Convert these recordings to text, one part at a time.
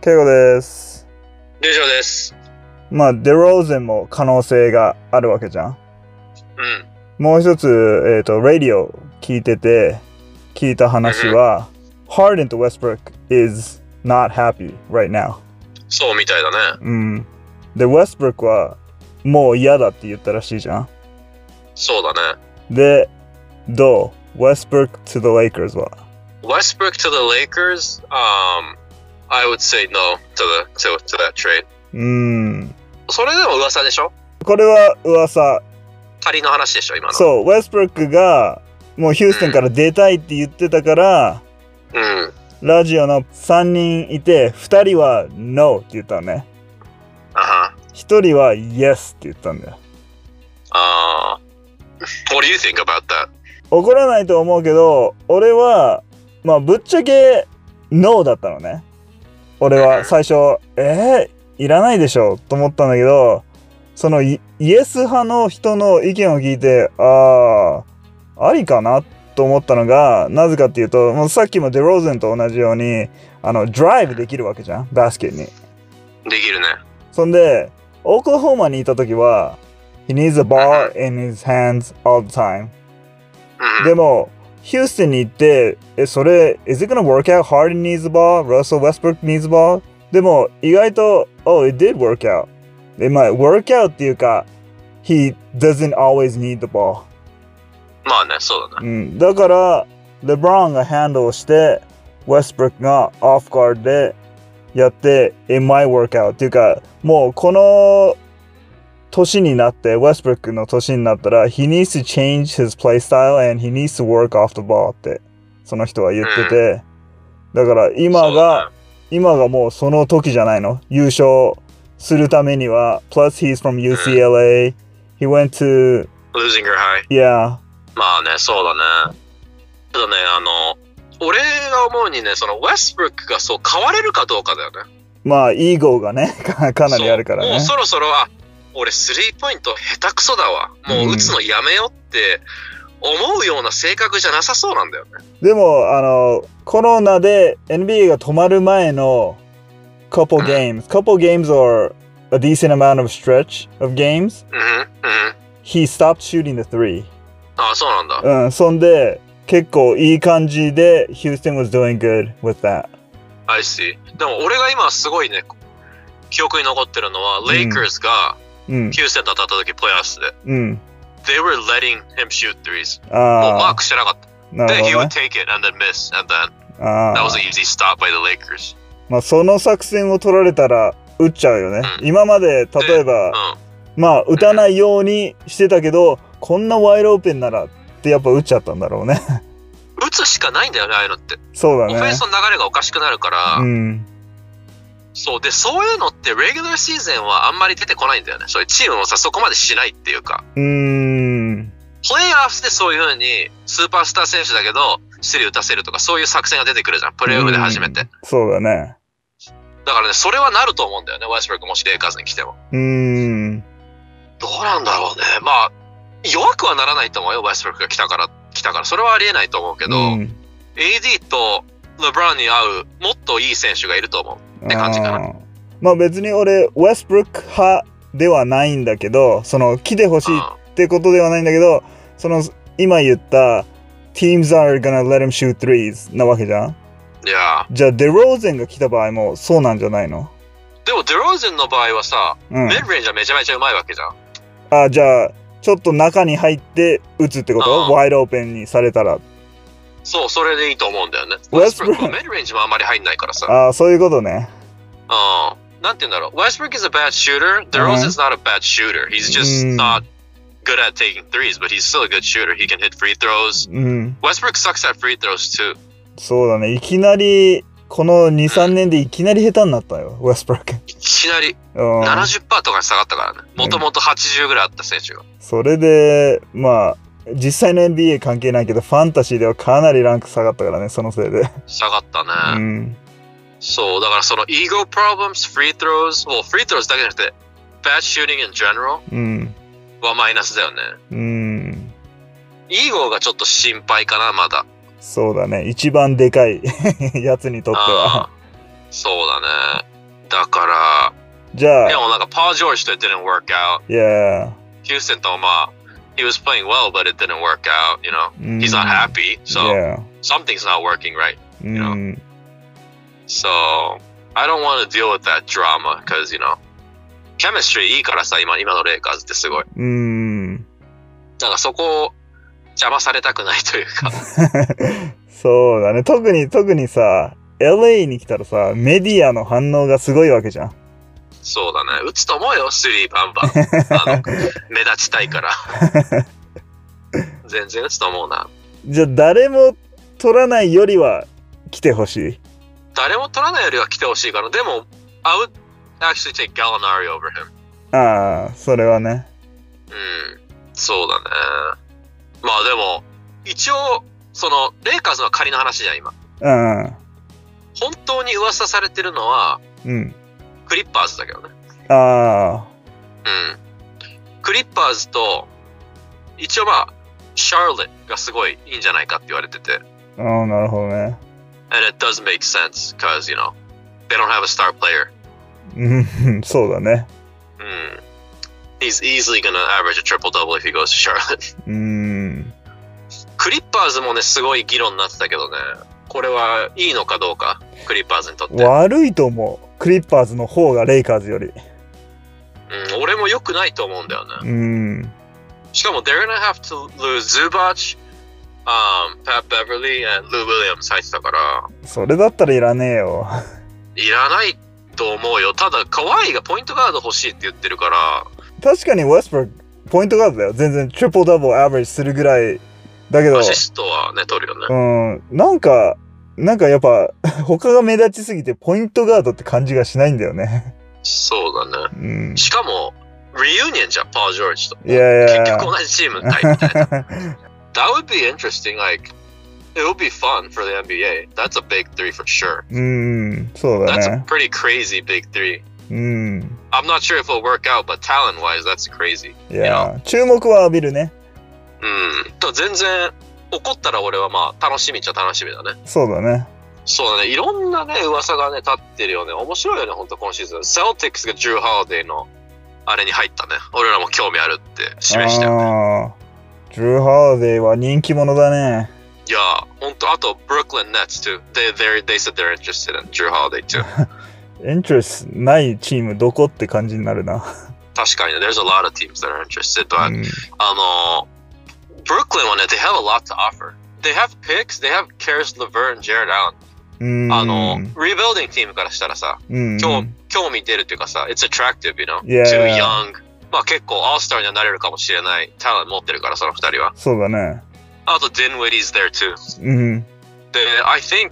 ケイゴです。龍城です。まあ、デローゼンも可能性があるわけじゃん。うん。もう一つ、えっ、と、ラディオ聞いてて、聞いた話は、Harden to Westbrook is not happy right now. そうみたいだね。うん。で、Westbrook はもう嫌だって言ったらしいじゃん。そうだね。で、どう ?Westbrook to the Lakers は。 Westbrook to the Lakers? Um, I would say no to the to, to that trade. うん。それでも噂でしょこれは噂。仮の話でしょ今の。う。そう、Westbrook がもうヒューストンから出たいって言ってたから、うん。ラジオの3人いて2人は NO って言ったのねあは。 1人は YES って言ったんだよあー What do you think about that? 怒らないと思うけど俺はまあぶっちゃけ NO だったのね俺は最初えー、いらないでしょと思ったんだけどそのイイエス派の人の意見を聞いてああありかなと思ったのがなぜかっていうともうさっきもデローゼンと同じようにあのドライブできるわけじゃんバスケにできるね。そんで、オークラホーマにいた時は、He needs a ball in his hands all the time. うん。でも、ヒューストンに行って、え、それ、Is it gonna work out? Harden needs a ball, Russell Westbrook needs a ball. でも、意外と、Oh, it did work out. で、まあ、work out っていうか、He doesn't always need the ball. まあね、そうだうね。ん、だから、レブロンがハンドルして、ウェストブルックがオフガードでやって、It might work out っていうか、もうこの年になって、ウェストブルックの年になったら、He needs to change his play style and he needs to work off the ball って、その人は言ってて、だから今そうだがね、今がもうその時じゃないの優勝するためには、Plus he's from UCLA, he went to, Losing your high. yeah, まあね、そうだね。ただね、あの、俺が思うにね、その Westbrook がそう変われるかどうかだよね。まあ、イーゴーがね、 かかなりあるからそうもねう。そろそろあ俺スリーポイント下手くそだわもう打つのやめようって思うような性格じゃなさそうなんだよねでも、あの、コロナで NBA が止まる前の couple うん games, couple games or a decent amount of stretch of games, うんうんうん he stopped shooting the three. ああそうなんだうん、そんで、結構いい感じで、Houston was doing good with that. I see でも俺が今すごいね記憶に残ってるのは、ん Lakers がうん、ヒューセンと当たった時プレイアウスでうん。 They were letting him shoot threes もうマーあクしてなかったあ、なで、る he ほどね。would take it and then miss and then あ that あ was an easy stop by the Lakers まあ、その作戦を取られたら、打っちゃうよね。うん今まで、例えば、うまあ打たないようにしてたけどこんなワイドオープンならってやっぱ打っちゃったんだろうね ん打つしかないんだよねああいうのって、そうだオフェンねスの流れがおかしくなるから、うんそうでそういうのってレギュラーシーズンはあんまり出てこないんだよねそういうチームもさそこまでしないっていうかうーんプレイオフスでそういうふうにスーパースター選手だけどスリー打たせるとかそういう作戦が出てくるじゃんプレーオフで初めてうんそうだねだからねそれはなると思うんだよねワイスブルックもしレイカーズに来てもうーんどうなんだろうねまあ弱くはならないと思うよワイスブルックが来たから来たからそれはありえないと思うけど、うん AD とレブランに合うもっといい選手がいると思うって感じかなあーまあ別に俺ウェストブルック派ではないんだけどその来てほしういんってことではないんだけどその今言った Teams are gonna let him shoot threes なわけじゃんいやじゃあデローゼンが来た場合もそうなんじゃないのーでもデローゼンの場合はさ、うんメッレンジはめちゃめちゃうまいわけじゃんあじゃあちょっと中に入って打つってこと、うんワイドオープンにされたらそう、それでいいと思うんだよね。ウウェェスストトブブルルッッククはメルレンジもあんまり入んないからさ。あそういうことねうん。なんて言うんだろう。ウェストブルック is a bad shooter. DeRozan is not a bad shooter. He's just うん not good at taking threes, but he's still a good shooter. He can hit free throws. うんウェストブルック sucks at free throws too. そうだねいきなりこの23年でいきなり下手になったよウェ ストブルックいきなりうん70%とかに下がったからね。もともと80ぐらいあった選手が。それでまあ実際の NBA 関係ないけどファンタジーではかなりランク下がったからねそのせいで下がったうね。んそう、だからその ego problems, free throws, well, free throws だけじゃなくて、bad shooting in general うんはマイナスだよね。うんイーゴーがちょっと心配かな、まだ。そうだね一番でかいやつにとってはあそうだね。だかじら、ゃであ、もなんかパー・ジョージと it didn't work out。 yeah. ヒューストンとまあ、he was playing well but it didn't work out, you know. うん He's not happy, so Yeah. something's not working right. う know. ん。 So, I don't want to deal with that drama because, you know, chemistry いいからさ、今、今のレイカーズってすごい。うん。なんかそこを邪魔されたくないというか。 そうだね。特に、特にさ、LA に来たらさ、メディアの反応がすごいわけじゃん。そうだね。打つと思うよ、スリーバンバン。あ の目立ちたいから。全然打つと思うな。じゃあ、誰も取らないよりは来てほしい。誰も取らないよりは来てほしいから。でも、I would actually take Gallinari over him. ああ、それはね。うん。そうだね。まあでも、一応、その、レイカーズは仮の話じゃん、今。うん。本当に噂されてるのは、うん。クリッパーズだけどね。ああ、うん。クリッパーズと、一応まあ、シャーロットがすごいいいんじゃないかって言われてて。ああ、なるほどね。 and it does make sense because you know they don't have a star player. うん、そうだね。 Mm. He's easily gonna average a triple double if he goes to Charlotte. うん。クリッパーズもねすごい議論になってたけどね。これはいいのかどうかクリッパーズにとって。う悪いと思う。クリッパーズの方がレイカーズより。ん、俺も良くないと思うんだよね。うん。しかも they're gonna have to lose Zubac, um, Pat Beverly and Lou Williams 入ってたからそれだったらいらねえよ。いらないと思うよ。ただカワイがポイントガード欲しいって言ってるから。確かにウェストブルック、ポイントガードだよ。全然、トリプルダブルアベレージするぐらいだけどア、シストはね取るよね。うん、なんか、なんかやっぱ、 他が目立ちすぎて、ポイントガードって感じがしないんだよね。そうだね。うん。しかも、リユニオンじゃん、パー・ジョージと。いやいやい結や。局同じチーム対みたいな。That would be interesting. Like, it would be fun for the NBA. That's a big three for sure. うん、そう That's だ a ね。 pretty crazy big three. うん。 I'm not sure if it'll work out, but talent wise, that's crazy. Hmm. いや、注目は浴びるね。うん。と全然、怒ったら俺はまあ、楽しみっちゃ楽しみだね。そうだね。そうだね。いろんなね、噂がね、立ってるよね。面白いよね、ほんと今シーズン。セルティックスが Drew Holiday の、あれに入ったね。俺らも興味あるって示したよね。ああ、ドゥルー・ハーデイは人気者だね。いや、ほんと、あと、Brooklyn Nets too. They, they, they said they're interested in Drew Holiday too. エントレスないチームどこって感じになるな。確かにね、there's a lot of teams that are interested, but、うんあの、Brooklyn はね、they have a lot to offer. They have picks, they have Karis LeVert and Jared Allen.、うん。あの、rebuilding チームからしたらさ、うん、興興味出るというかさ、it's uh, attractive, you know? Yeah. Too young. まあ結構、all star にはなれるかもしれない、タレント持ってるから、その二人は。そうだね。あと、Dinwiddie's there too. うん。 the I think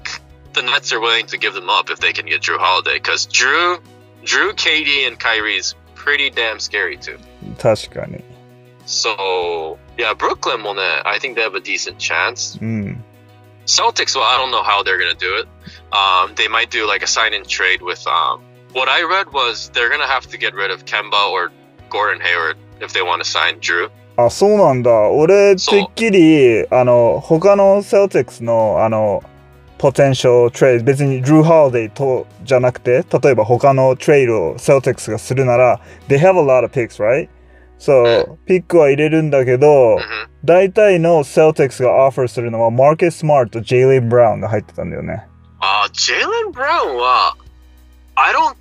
the Nets are willing to give them up if they can get Drew Holiday because Drew, Drew, KD, and Kyrie's pretty damn scary too. 確かに。 So yeah, Brooklyn will. net- I think they have a decent chance. うん。 Celtics, well, I don't know how they're gonna do it. Um, they might do like a sign-in trade with. Um, what I read was they're gonna have to get rid of Kemba or Gordon Hayward if they want to sign Drew. あ、そうなんだ。俺、そうてっきり、あの、他のセルティックスの、あの、ポテンシャルトレード、別に、ドゥー・ハーデイとじゃなくて、例えば他のトレードをセルティックスがするなら、they have a lot of picks, right? そう、ピックは入れるんだけど、 hmm 大体のセルティックスがオファーするのは、マーケス・スマートとジェイレン・ブラウンが入ってたんだよね。 Uh, Jalen Brown, uh, I don't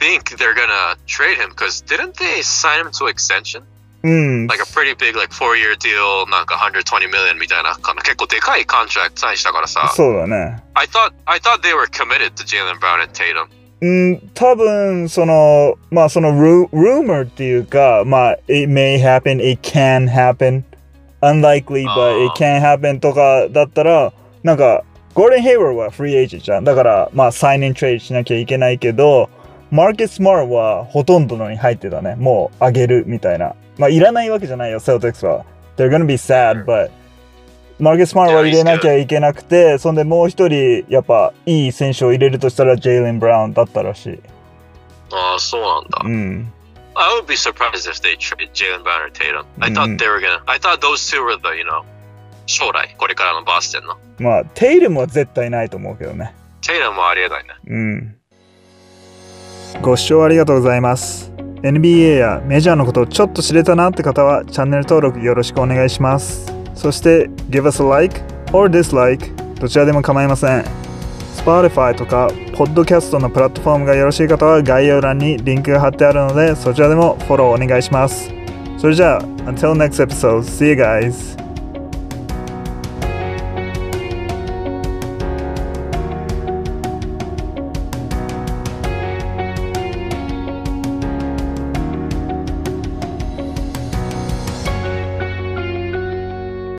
think they're gonna trade him because didn't they sign him to extension? うん。 Like a pretty big, like four-year deal, なんか120 million みたいなかな結構でかい contract サインしたからさ。そうだね。 I thought I thought they were committed to Jalen Brown and Tatum. うん、多分そのまあそのル rumor っていうかまあ it may happen it can happen unlikely あ but ー it can happen とかだったらなんかゴールデン・ヘイワードはフリーエージェントじゃんだからまあサイン・イン・トレイドしなきゃいけないけどマーケット・スマートはほとんどのに入ってたねもうあげるみたいなまあいらないわけじゃないよセルティックスは they're gonna be sad but マーケット・スマートは入れなきゃいけなくてそんでもう一人やっぱいい選手を入れるとしたらジェイレン・ブラウンだったらしいああ、そうなんだ。うん。 I would be surprised if they trade Jalen Brown or Tatum. I Mm. thought they were gonna. I thought those two were the, you know, 将来これからのバーステンの。まあ、テイルも絶対ないと思うけどね。 Tatum はありえないね。うん。ご視聴ありがとうございます。NBA やメジャーのことをちょっと知れたなって方はチャンネル登録よろしくお願いします。そして、give us a like or dislike どちらでも構いません。Spotify とか Podcast のプラットフォームがよろしい方は概要欄にリンクが貼ってあるのでそちらでもフォローお願いします。それじゃあ、until next episode, see you guys!